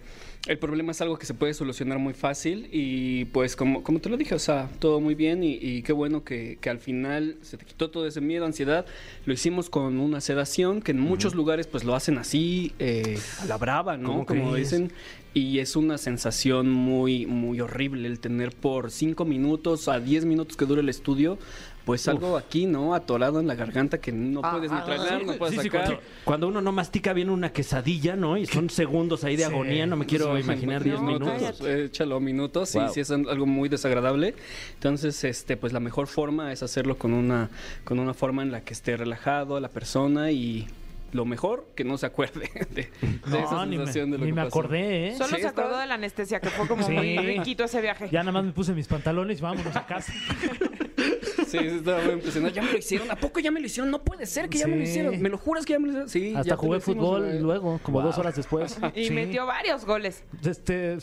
El problema es algo que se puede solucionar muy fácil y pues como, como te lo dije, o sea, todo muy bien y, y qué bueno que, que al final se te quitó todo ese miedo, ansiedad. Lo hicimos con una sedación que en muchos lugares pues lo hacen así, eh, a la brava, ¿no? ¿Cómo Como crees? dicen. Y es una sensación muy, muy horrible el tener por 5 minutos a 10 minutos que dura el estudio, pues algo aquí, ¿no? Atorado en la garganta que no puedes ni tragar, no puedes Ah, Sí, sí, sacar. cuando, cuando uno no mastica bien una quesadilla, ¿no? Y son segundos ahí de Sí. agonía, no me quiero Son imaginar no, 10 minutos. cállate. eh, Échalo minutos, sí, Wow. sí es algo muy desagradable. Entonces, este, pues la mejor forma es hacerlo con una, con una forma en la que esté relajado la persona y lo mejor que no se acuerde de, de esa No, ni me, sensación de lo ni que me pasó. acordé, ¿eh? Solo Sí, se acordó estaba- de la anestesia, que fue como Sí. muy riquito ese viaje. Ya nada más me puse mis pantalones y vámonos a casa. Sí, sí, estaba muy impresionado. Ya me lo hicieron, ¿a poco ya me lo hicieron? No puede ser que ya me lo Sí. hicieron. ¿Me lo juras que ya me lo hicieron? Sí, ya te Hasta lo jugué hicimos, fútbol güey. luego, como dos horas después. Y Sí. metió varios goles. Este,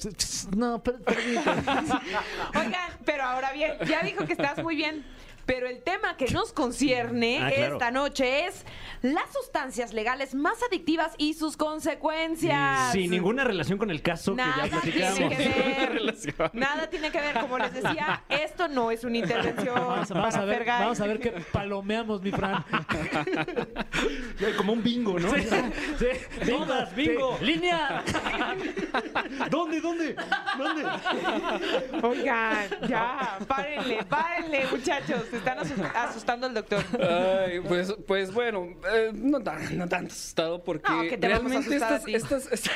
no, per- permíteme. Oigan, pero ahora bien, ya dijo que estás muy bien. Pero el tema que nos concierne Ah, claro. esta noche es las sustancias legales más adictivas y sus consecuencias. Sin ninguna relación con el caso Nada que ya tiene platicamos. que ver. Nada tiene que ver. Como les decía, esto no es una intervención Vamos, a- para vamos a ver, Fergay. vamos a ver qué palomeamos, mi Fran. Como un bingo, ¿no? Sí, sí. Bingo, Todas, bingo. sí. Línea. ¿Dónde, dónde? ¿Dónde? Oigan, ya, párenle, párenle, muchachos. Se están asus- asustando al doctor. Ay, pues, pues bueno, eh, no, tan, no tanto asustado porque No, que te vamos a realmente asustar a estas, estas,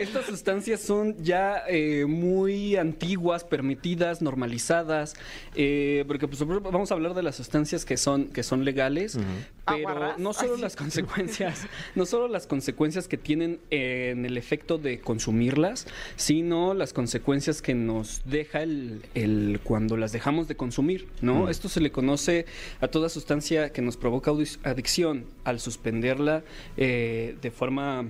estas sustancias son ya eh, muy antiguas, permitidas, normalizadas, eh, porque pues, vamos a hablar de las sustancias que son, que son legales, pero Aguarrás. no solo las consecuencias, no solo las consecuencias que tienen eh, en el efecto de consumirlas, sino las consecuencias que nos deja el, el- cuando las dejamos de consumir, ¿no? Esto se le conoce a toda sustancia que nos provoca adi- adicción al suspenderla eh, de forma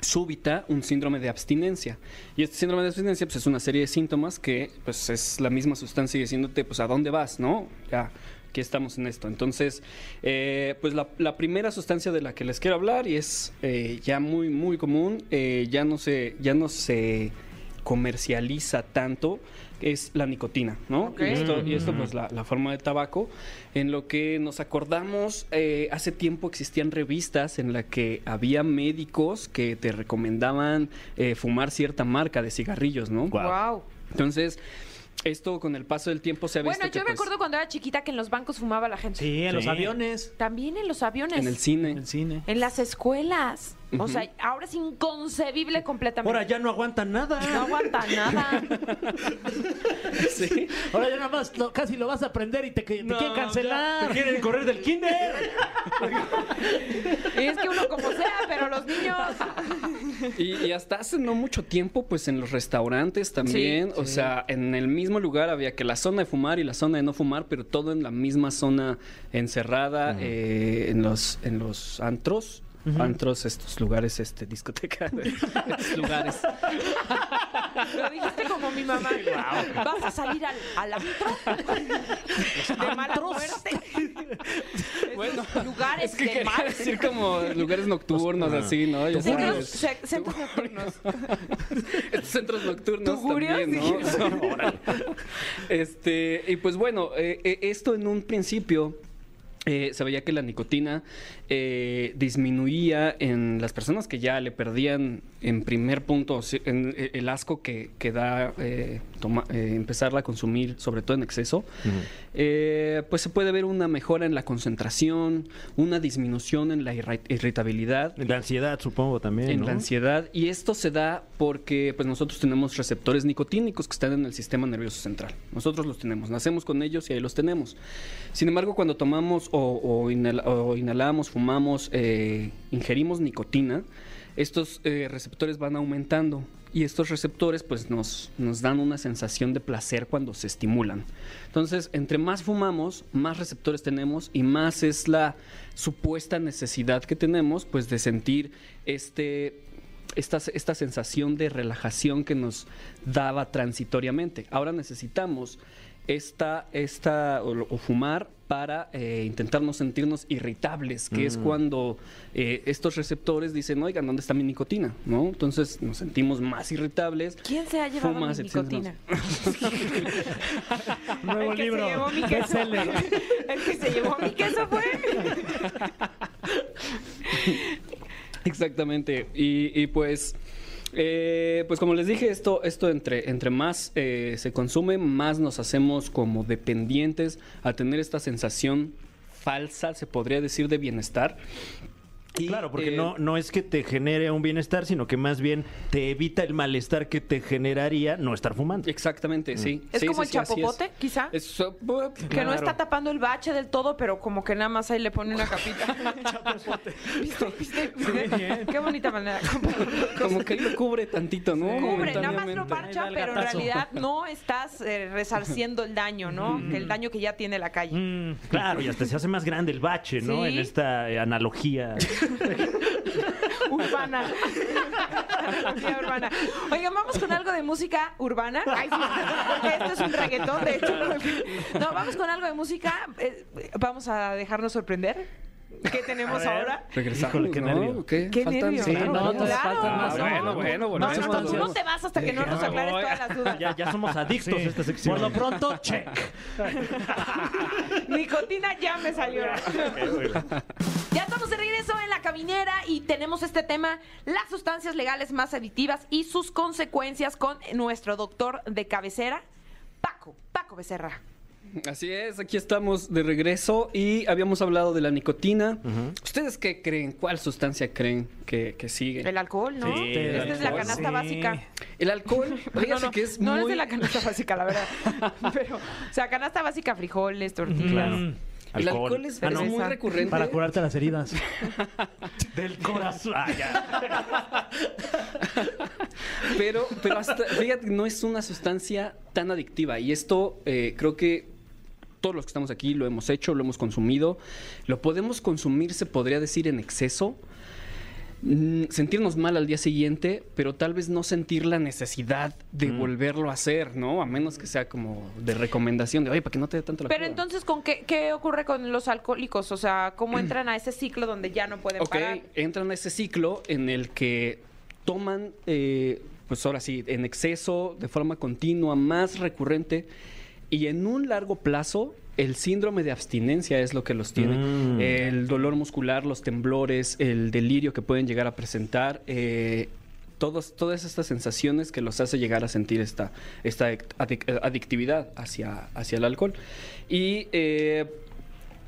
súbita un síndrome de abstinencia. Y este síndrome de abstinencia pues, es una serie de síntomas que pues, es la misma sustancia diciéndote, pues, ¿a dónde vas? ¿No? Ya, que estamos en esto. Entonces, eh, pues la, la primera sustancia de la que les quiero hablar y es eh, ya muy, muy común, eh, ya no se, ya no se comercializa tanto, es la nicotina, ¿no? Ok. Y esto, y esto, pues la, la forma de tabaco, en lo que nos acordamos, eh, hace tiempo existían revistas en la que había médicos que te recomendaban eh, fumar cierta marca de cigarrillos, ¿no? Wow. Entonces, esto con el paso del tiempo se ha visto Bueno, que, yo me pues, acuerdo cuando era chiquita que en los bancos fumaba la gente. Sí, en los Sí. aviones. También en los aviones. en el cine. En el cine. En las escuelas. O sea, ahora es inconcebible completamente. Ahora ya no aguantan nada. No aguanta nada. Sí. Ahora ya nada más lo- casi lo vas a aprender y te, que- te quieren cancelar. Te quieren correr del kinder. Y es que uno como sea, pero los niños. Y, y hasta hace no mucho tiempo, pues en los restaurantes también, o sea, en el mismo lugar había que la zona de fumar y la zona de no fumar, pero todo en la misma zona encerrada, eh, en los en los antros. Antros, estos lugares, este, discoteca, estos lugares. Lo dijiste como mi mamá. Vas a salir al, al antro de mala muerte. Bueno, lugares Es que del quería mar. decir como lugares nocturnos, así, ¿no? Ya Centros, sabes. se- centros nocturnos. Estos Centros nocturnos ¿Tugurios? también, ¿no? Órale. este, y pues bueno, eh, eh, esto en un principio... eh, se veía que la nicotina eh, disminuía en las personas que ya le perdían en primer punto o sea, en- eh, el asco que, que da eh, toma- eh, empezarla a consumir, sobre todo en exceso. Eh, pues se puede ver una mejora en la concentración, una disminución en la irra- irritabilidad La ansiedad, supongo, también. en ¿no? la ansiedad y esto se da porque pues nosotros tenemos receptores nicotínicos que están en el sistema nervioso central. Nosotros los tenemos, nacemos con ellos y ahí los tenemos. Sin embargo, cuando tomamos o, o inhala- o inhalamos, fumamos, eh, ingerimos nicotina, estos eh, receptores van aumentando y estos receptores pues nos, nos dan una sensación de placer cuando se estimulan. Entonces, entre más fumamos, más receptores tenemos y más es la supuesta necesidad que tenemos pues de sentir este esta, esta sensación de relajación que nos daba transitoriamente. Ahora necesitamos esta, esta o, lo- o fumar para eh, intentar no sentirnos irritables, que es cuando eh, estos receptores dicen, oigan, ¿dónde está mi nicotina? ¿No? Entonces nos sentimos más irritables. ¿Quién se ha llevado Fumas, mi etcétera. nicotina? Nuevo el que libro. se llevó mi queso. Bestseller. el que se llevó mi queso fue. Exactamente. Y, y pues, eh, pues como les dije, esto, esto entre, entre más eh, se consume, más nos hacemos como dependientes a tener esta sensación falsa, se podría decir, de bienestar. Y, Claro, porque eh, no, no es que te genere un bienestar, sino que más bien te evita el malestar que te generaría no estar Eh, fumando. Exactamente, sí. Es Sí, como el sí, sí, así es. chapopote, quizá. Es, uh, bu- Que no está tapando el bache del todo, pero como que nada más ahí le pone una capita. ¿Viste? ¿Viste? Qué bonita manera. de compararlo. Como que ahí lo cubre tantito, ¿no? Cubre, nada más lo Momentáneamente. parcha, Ahí va el pero en gatazo. realidad no estás eh, resarciendo el daño, ¿no? Que El daño que ya tiene la calle. Mm, claro, y hasta se hace más grande el bache, ¿no? Sí. En esta eh, analogía. urbana. Analogía urbana. Oigan, vamos con algo de música urbana. Ay, sí. Esto es un reggaetón, de hecho. No, vamos con algo de música. Eh, vamos a dejarnos sorprender. ¿Qué tenemos ahora? Regresamos, Híjole, qué ¿no? nervio. ¿Qué? Qué Faltan- nervios. Sí, Claro, no, claro. todavía faltan Ah, más. bueno, bueno, No, volvemos no, no, tú no entonces. te vas hasta que no nos aclares todas las dudas. Ya, ya somos adictos Sí. a esta sección. Por lo pronto, check. Nicotina ya me salió. Ya estamos de regreso en la caminera y tenemos este tema, las sustancias legales más adictivas y sus consecuencias con nuestro doctor de cabecera, Paco, Paco Becerra. Así es, aquí estamos de regreso y habíamos hablado de la nicotina. ¿Ustedes qué creen? ¿Cuál sustancia creen que, que sigue? El alcohol, ¿no? Sí, Esta el es la alcohol, canasta sí. básica. El alcohol, No, fíjense no, que es no muy... es de la canasta básica, la verdad. Pero, o sea, canasta básica, frijoles, tortillas. Mm, Claro. El alcohol es, Ah, es no. muy recurrente. Para curarte las heridas. del corazón. Ah, ya. Pero, pero hasta, fíjate, no es una sustancia tan adictiva. Y esto eh, creo que todos los que estamos aquí lo hemos hecho, lo hemos consumido. Lo podemos consumir, se podría decir, en exceso. Mm, Sentirnos mal al día siguiente, pero tal vez no sentir la necesidad de volverlo a hacer, ¿no? A menos que sea como de recomendación, de oye, para que no te dé tanto la Pero cruda". entonces, ¿con qué, qué ocurre con los alcohólicos? O sea, ¿cómo entran a ese ciclo donde ya no pueden Ok, parar? entran a ese ciclo en el que toman, eh, pues ahora sí, en exceso, de forma continua, más recurrente, y en un largo plazo, el síndrome de abstinencia es lo que los tiene. Mm. El dolor muscular, los temblores, el delirio que pueden llegar a presentar. eh, todos, todas estas sensaciones que los hace llegar a sentir esta, esta adic- adictividad hacia, hacia el alcohol. Y eh,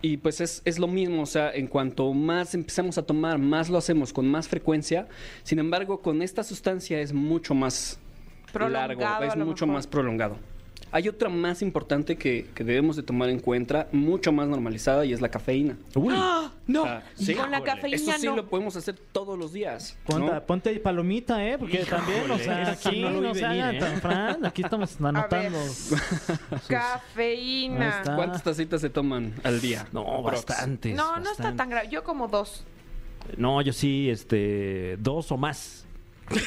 y pues es, es lo mismo, o sea, en cuanto más empezamos a tomar, más lo hacemos con más frecuencia. Sin embargo, con esta sustancia es mucho más Prolongado, largo, a es lo mucho mejor. más prolongado. Hay otra más importante que, que debemos de tomar en cuenta, mucho más normalizada, y es la cafeína. Uy. No, ¡Ah! con la cafeína Eso sí no. lo podemos hacer todos los días. ¿no? Ponte, ponte palomita, ¿eh? Porque también, o sea, Híjole, eso aquí no no, lo vi se venir, hagan ¿eh? tan Fran. Ah, Aquí estamos anotando. sus- Ahí Cafeína. está. ¿Cuántas tacitas se toman al día? No, Aprox. bastantes. No, no está tan bastantes. grave. Yo como dos. No, yo sí, este, dos o más.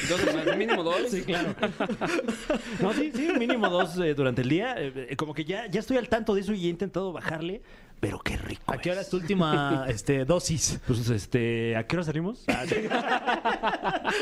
Dos, más, mínimo dos. claro. No, sí, sí, mínimo dos eh, durante el día. Eh, eh, como que ya, ya estoy al tanto de eso y he intentado bajarle, pero qué rico. ¿A qué hora es. es tu última este, dosis? Pues este, ¿a qué hora salimos? Ah,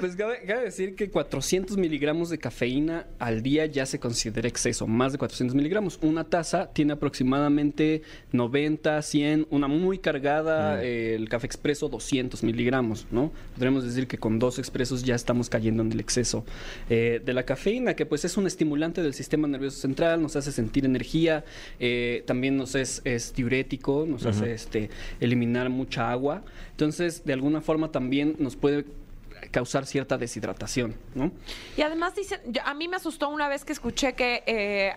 Pues cabe, cabe decir que 400 miligramos de cafeína al día ya se considera exceso, más de 400 miligramos. Una taza tiene aproximadamente 90, 100, una muy cargada, eh, el café expreso 200 miligramos, ¿no? Podríamos decir que con dos expresos ya estamos cayendo en el exceso eh, de la cafeína, que pues es un estimulante del sistema nervioso central, nos hace sentir energía, eh, también nos es, es diurético, nos hace este, eliminar mucha agua. Entonces, de alguna forma también nos puede causar cierta deshidratación, ¿no? Y además dicen, yo- a mí me asustó una vez que escuché que eh,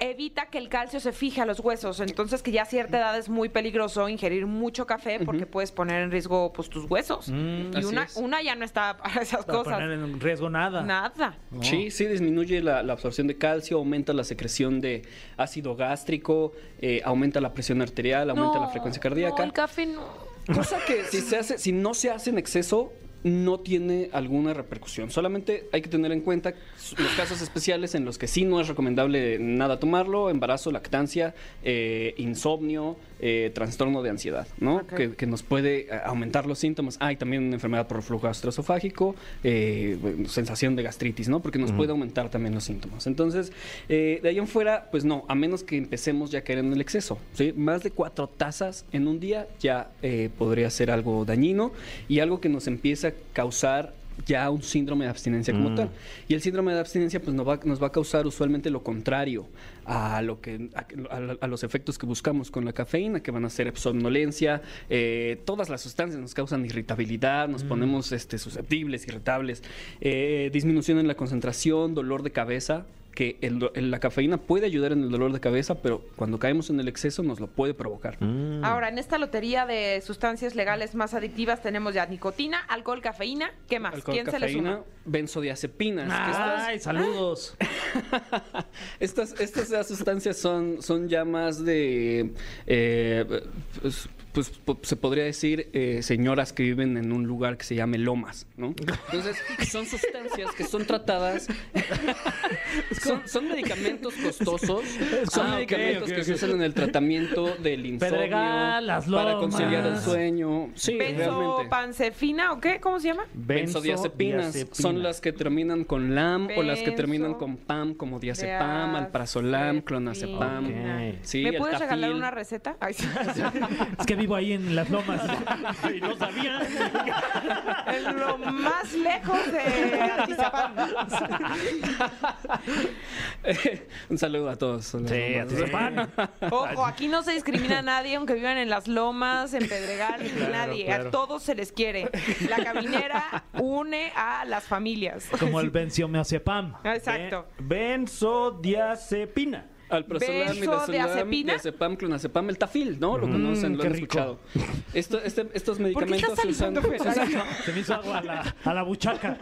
evita que el calcio se fije a los huesos, entonces que ya a cierta edad es muy peligroso ingerir mucho café porque puedes poner en riesgo pues tus huesos. y así una, es. una ya no está para esas Para cosas. poner en riesgo nada. Nada. Sí, sí, disminuye la, la absorción de calcio, aumenta la secreción de ácido gástrico, eh, aumenta la presión arterial, aumenta la No, frecuencia no, cardíaca. el café no. Cosa que si, se hace, si no se hace en exceso, no tiene alguna repercusión. Solamente hay que tener en cuenta los casos especiales en los que sí no es recomendable nada tomarlo, embarazo, lactancia, eh, insomnio, eh, trastorno de ansiedad, ¿no? Ok. Que, que nos puede eh, aumentar los síntomas. Hay también una enfermedad por flujo gastroesofágico, eh, bueno, sensación de gastritis, ¿no? Porque nos puede aumentar también los síntomas. Entonces, eh, de ahí en fuera, pues no, a menos que empecemos ya a caer en el exceso, ¿sí? Más de cuatro tazas en un día ya eh, podría ser algo dañino y algo que nos empieza a causar ya un síndrome de abstinencia como tal. Y el síndrome de abstinencia pues nos va, nos va a causar usualmente lo contrario a, lo que, a, a- a los efectos que buscamos con la cafeína, que van a ser somnolencia, eh, todas las sustancias nos causan irritabilidad, nos ponemos este, susceptibles, irritables, eh, disminución en la concentración, dolor de cabeza que el do- el- la cafeína puede ayudar en el dolor de cabeza, pero cuando caemos en el exceso nos lo puede provocar. Mm. Ahora, en esta lotería de sustancias legales más adictivas tenemos ya nicotina, alcohol, cafeína, ¿qué más? Alcohol, ¿Quién se le cafeína, suma? benzodiazepinas. que estas- Ay, saludos. Estas, estas ya sustancias son, son ya más de, eh, pues, pues, po- se podría decir, eh, señoras que viven en un lugar que se llame Lomas, ¿no? Entonces, son sustancias que son tratadas, son, son medicamentos costosos, son Ah, ok, medicamentos ok, que se ok. usan en el tratamiento del insomnio, Pedregal, Las para conciliar el Lomas. sueño. Sí, ¿Benzo, realmente. pancefina o qué? ¿Cómo se llama? Benzodiazepinas son las que terminan con LAM o las que terminan Benzo- con PAM, como diazepam, alprazolam, clonazepam. diazepina. Ok. Sí, ¿Me el puedes regalar Tafil. una receta? Ay, sí. Es que vivo ahí en las lomas. y no sabía. en lo más lejos de Atizapán. Un saludo a todos. Son las Sí, mamás. Atizapán. Ojo, aquí no se discrimina a nadie, aunque vivan en las lomas, en Pedregal, nadie. A todos se les quiere. La caminera une a las familias. Como el benziomazepam. Exacto. Benzodiazepina. Alprazolam, Benzo, midazolam, diazepina. diazepam, clonazepam, el tafil, ¿no? Lo conocen, lo qué han rico. escuchado. Esto- este- estos ¿Por qué medicamentos estás se usan... salivando, Fer? ¿Eh? Se me hizo agua a la, a la buchaca.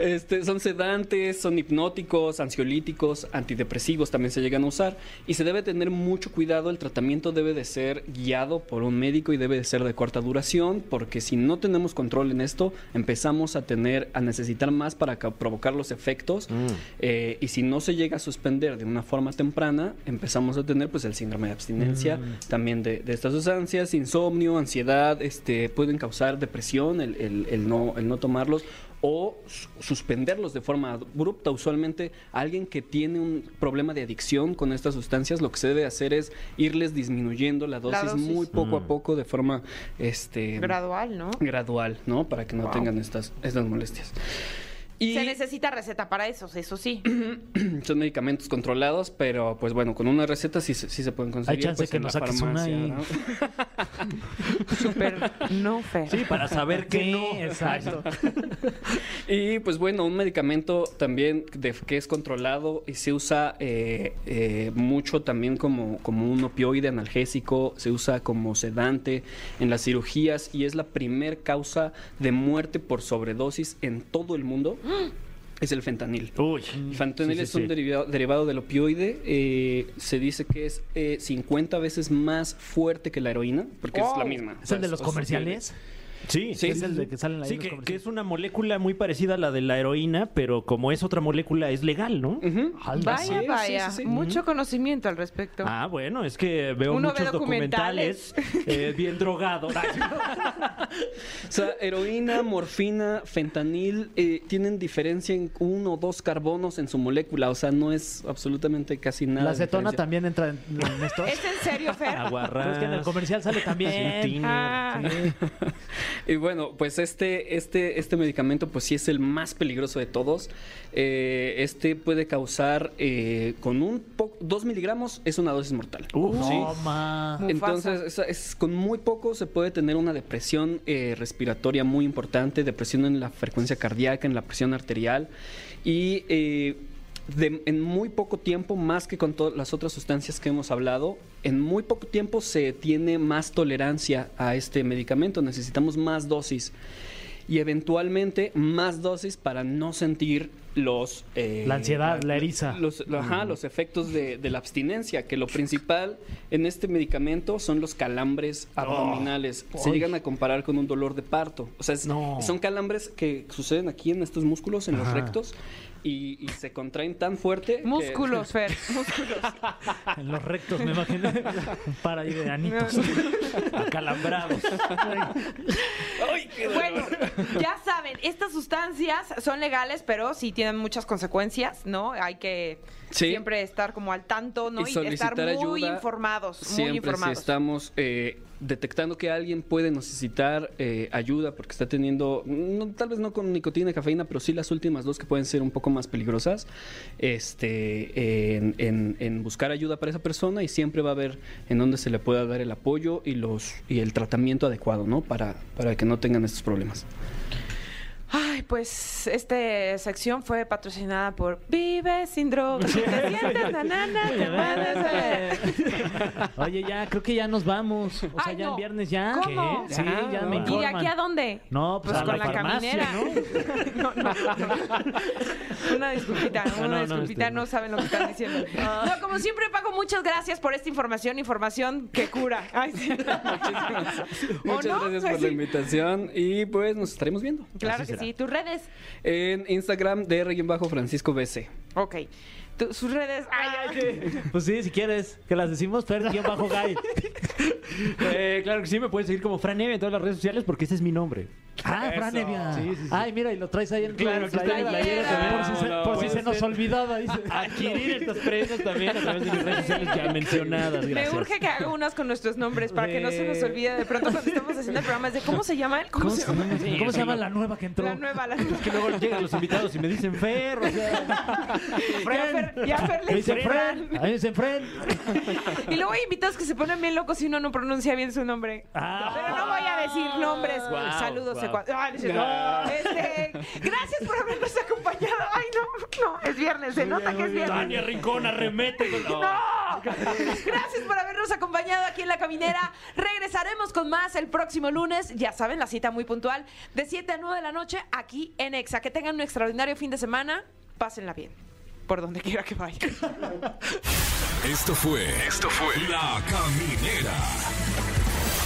Este, son sedantes, son hipnóticos, ansiolíticos, antidepresivos también se llegan a usar y se debe tener mucho cuidado, el tratamiento debe de ser guiado por un médico y debe de ser de corta duración porque si no tenemos control en esto empezamos a tener, a necesitar más para ca- provocar los efectos eh, y si no se llega a suspender de una forma temprana empezamos a tener pues el síndrome de abstinencia también de, de estas sustancias, insomnio, ansiedad, este, pueden causar depresión el, el- el no, el no tomarlos o su- suspenderlos de forma abrupta. Usualmente alguien que tiene un problema de adicción con estas sustancias, lo que se debe hacer es irles disminuyendo la dosis, dosis. muy poco Mm. a poco de forma este, Gradual, ¿no? gradual, ¿no? Para que no Wow. tengan estas, estas molestias. Y Se necesita receta para esos, eso sí. son medicamentos controlados, pero pues bueno, con una receta sí, se- sí se pueden conseguir. chance pues, que en nos la saques una farmacia, y- ¿no? Súper no, Fer. Sí, para saber que Sí, no. exacto. Y pues bueno, un medicamento también de- que es controlado y se usa eh, eh, mucho también como, como un opioide analgésico, se usa como sedante en las cirugías y es la primer causa de muerte por sobredosis en todo el mundo. Es el fentanil. Uy. El fentanil Sí, sí, es un sí. derivado, derivado del opioide. eh, se dice que es eh, 50 veces más fuerte que la heroína, porque es la Wow. misma. o ¿Es sea, el de los es opioide. comerciales? Sí, Sí, es el de que salen ahí Sí, los que, que comerciales. es una molécula muy parecida a la de la heroína, pero como es otra molécula, es legal, ¿no? Ujú. Ala, sí. Vaya, sí, vaya. sí, sí. Mucho conocimiento al respecto. Ah, bueno, es que veo Uno ve muchos documentales, documentales. eh, bien drogado. O sea, heroína, morfina, fentanil eh, tienen diferencia en uno o dos carbonos en su molécula. O sea, no es absolutamente casi nada. La de acetona diferencia. también entra en, en esto. ¿Es en serio, Fer? Aguarrás. Pero es Pues que en el comercial sale también. Sin Ah. Y bueno, pues este, este, este medicamento, pues sí es el más peligroso de todos. Eh, este puede causar eh, con un poco, dos miligramos es una dosis mortal. Uf, Sí. no, ma. Mufasa. Entonces, es- es- con muy poco se puede tener una depresión eh, respiratoria muy importante, depresión en la frecuencia cardíaca, en la presión arterial y eh, de- en muy poco tiempo, más que con todas las otras sustancias que hemos hablado, en muy poco tiempo se tiene más tolerancia a este medicamento, necesitamos más dosis y eventualmente más dosis para no sentir los... eh, La ansiedad, la eriza. Los, lo- ajá, los efectos de, de la abstinencia, que lo principal en este medicamento son los calambres abdominales. Se Oh. Uy. llegan a comparar con un dolor de parto. O sea, es- No. son calambres que suceden aquí en estos músculos, en los Ajá. rectos, y, y se contraen tan fuerte. que- Músculos, Fer. Músculos. En los rectos me imagino. Un par ahí de anitos. Acalambrados. ¡Ay, qué dolor! Bueno, ya saben, estas sustancias son legales, pero sí tienen muchas consecuencias, ¿no? Hay que Sí. siempre estar como al tanto, ¿no? Y estar solicitar muy ayuda informados, Siempre muy informados. si estamos eh, detectando que alguien puede necesitar eh, ayuda porque está teniendo, no, tal vez no con nicotina y cafeína, pero sí las últimas dos que pueden ser un poco más peligrosas, este, en, en- en buscar ayuda para esa persona y siempre va a haber en dónde se le pueda dar el apoyo y los y el tratamiento adecuado, ¿no? Para, para que no tengan estos problemas. Ay, pues esta sección fue patrocinada por Vive sin drogas. Te sientes nanana, te puedes eh. ver. Oye, ya, creo que ya nos vamos. O sea, Ay, ya en no. viernes ya. ¿Cómo? Sí, ya me ¿Y de informan. aquí a dónde? No, pues, a la farmacia, ¿no? no, no. Una disculpita, No, una no, no, disculpita, este, no, no. saben lo que están diciendo. No, como siempre, Paco, muchas gracias por esta información, información que cura. Ay, sí. ¿O Muchas no? gracias por Pues la sí. invitación y pues nos estaremos viendo. Claro Así que será. sí, tus redes. En Instagram dr-francisco BC. Ok. Tu- sus redes. Ay, ay. Pues sí, si quieres, que las decimos, Fer, guión bajo gay. Eh, claro que sí, me pueden seguir como Fran Evia en todas las redes sociales porque ese es mi nombre. Ah, Fran Evia. Ay, mira, y lo traes ahí en Claro, tu aquí está mi playera playera también. Por también. si se, No, por si no, se puede nos ser. olvidaba, dice. Adquirir estas prendas también a través de mis redes sociales ya mencionadas. Me Gracias. urge que haga unas con nuestros nombres para que no se nos olvide de pronto cuando estamos haciendo el programa. Es de, ¿Cómo se llama él? ¿Cómo, se llama? ¿Cómo se llama la nueva que entró? La nueva, la Es que luego llegan los invitados y me dicen Fer, o sea, Ya Fer, ya Fer le Me dicen escriban. Fran. A mí me dicen Fran. Y luego hay invitados que se ponen bien locos si uno no pronuncia bien su nombre. Ah. Pero no voy a decir nombres. Guau, Saludos. guau. ecua- Ah, no es cierto. Este, gracias por habernos acompañado. Ay, no, no, es viernes, se nota que es viernes. Rincón arremete. ¡No! Gracias por habernos acompañado aquí en La Caminera. Regresaremos con más el próximo lunes. Ya saben, la cita muy puntual de 7 a 9 de la noche aquí en Exa. Que tengan un extraordinario fin de semana. Pásenla bien, por donde quiera que vayan. Esto fue. Esto fue. La Caminera.